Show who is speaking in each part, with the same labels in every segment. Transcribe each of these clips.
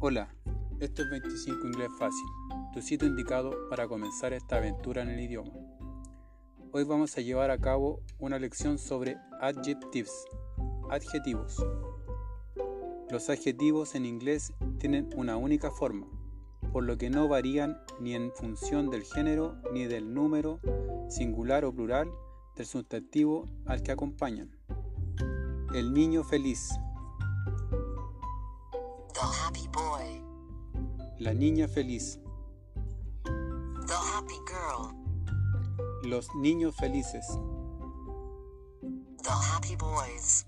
Speaker 1: Hola, esto es 25 Inglés Fácil, tu sitio indicado para comenzar esta aventura en el idioma. Hoy vamos a llevar a cabo una lección sobre adjectives, adjetivos. Los adjetivos en inglés tienen una única forma, por lo que no varían ni en función del género ni del número, singular o plural, del sustantivo al que acompañan. El niño feliz,
Speaker 2: The happy boy.
Speaker 1: la niña feliz,
Speaker 2: The happy girl.
Speaker 1: los niños felices,
Speaker 2: The happy boys.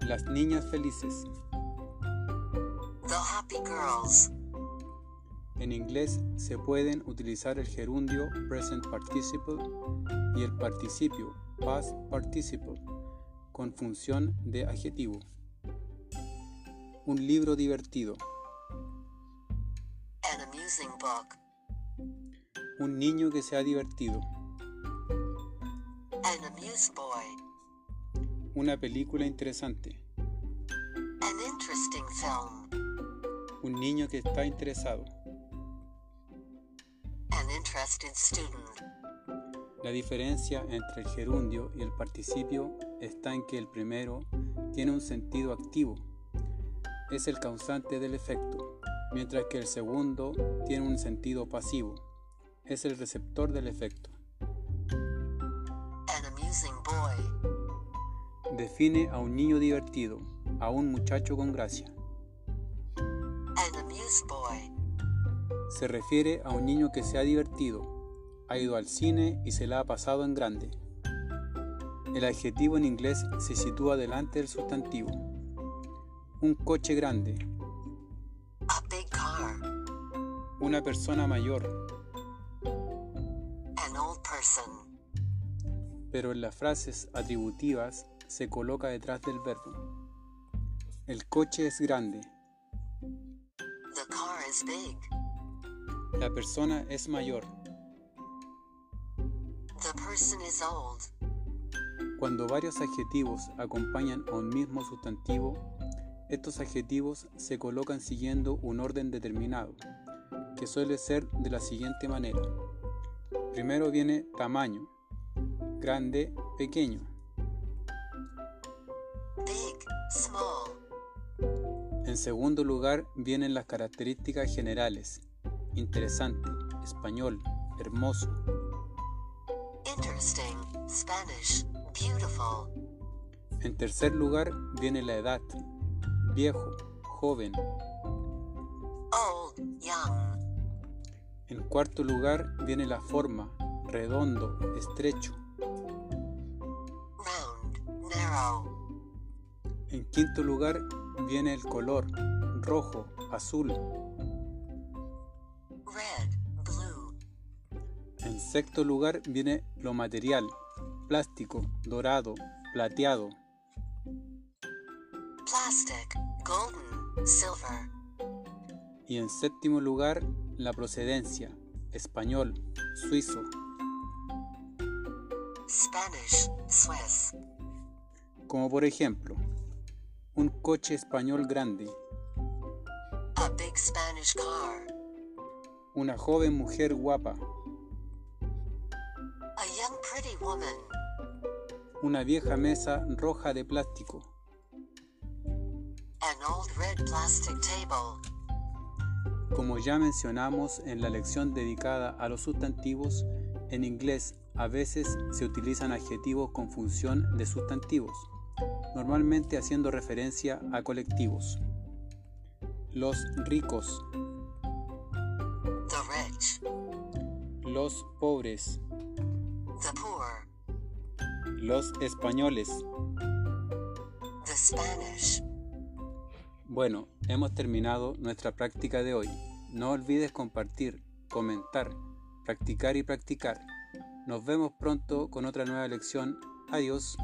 Speaker 1: las niñas felices.
Speaker 2: The happy girls.
Speaker 1: En inglés se pueden utilizar el gerundio present participle y el participio past participle con función de adjetivo. Un libro divertido,
Speaker 2: An amusing book.
Speaker 1: un niño que se ha divertido,
Speaker 2: An amuse boy.
Speaker 1: una película interesante,
Speaker 2: An interesting film.
Speaker 1: un niño que está interesado.
Speaker 2: An interested student.
Speaker 1: La diferencia entre el gerundio y el participio está en que el primero tiene un sentido activo, es el causante del efecto, mientras que el segundo tiene un sentido pasivo, es el receptor del efecto.
Speaker 2: An amusing boy.
Speaker 1: Define a un niño divertido, a un muchacho con gracia.
Speaker 2: An amuse boy.
Speaker 1: Se refiere a un niño que se ha divertido, ha ido al cine y se la ha pasado en grande. El adjetivo en inglés se sitúa delante del sustantivo. Un coche grande,
Speaker 2: A big car.
Speaker 1: una persona mayor,
Speaker 2: An old person.
Speaker 1: pero en las frases atributivas se coloca detrás del verbo. El coche es grande,
Speaker 2: The car is big.
Speaker 1: la persona es mayor.
Speaker 2: The person is old.
Speaker 1: Cuando varios adjetivos acompañan a un mismo sustantivo, estos adjetivos se colocan siguiendo un orden determinado, que suele ser de la siguiente manera. Primero viene tamaño, grande, pequeño.
Speaker 2: Big. Small.
Speaker 1: En segundo lugar vienen las características generales. Interesante, español, hermoso.
Speaker 2: Interesting. Spanish. Beautiful.
Speaker 1: En tercer lugar viene la edad. Viejo, joven.
Speaker 2: Old. Young.
Speaker 1: En cuarto lugar viene la forma. Redondo, estrecho.
Speaker 2: Round. Narrow.
Speaker 1: En quinto lugar viene el color. Rojo, azul.
Speaker 2: Red. Blue.
Speaker 1: En sexto lugar viene lo material. Plástico, dorado, plateado.
Speaker 2: Plastic, golden, silver,
Speaker 1: Y en séptimo lugar la procedencia. Español, suizo,
Speaker 2: Spanish, Swiss,
Speaker 1: como por ejemplo, un coche español grande,
Speaker 2: a big Spanish car,
Speaker 1: una joven mujer guapa,
Speaker 2: a young pretty woman,
Speaker 1: una vieja mesa roja de plástico,
Speaker 2: an old red plastic table,
Speaker 1: como ya mencionamos en la lección dedicada a los sustantivos, en inglés a veces se utilizan adjetivos con función de sustantivos, normalmente haciendo referencia a colectivos. Los ricos,
Speaker 2: the rich,
Speaker 1: los pobres,
Speaker 2: the poor,
Speaker 1: los españoles.
Speaker 2: the Spanish.
Speaker 1: Bueno, hemos terminado nuestra práctica de hoy. No olvides compartir, comentar, practicar y practicar. Nos vemos pronto con otra nueva lección. Adiós.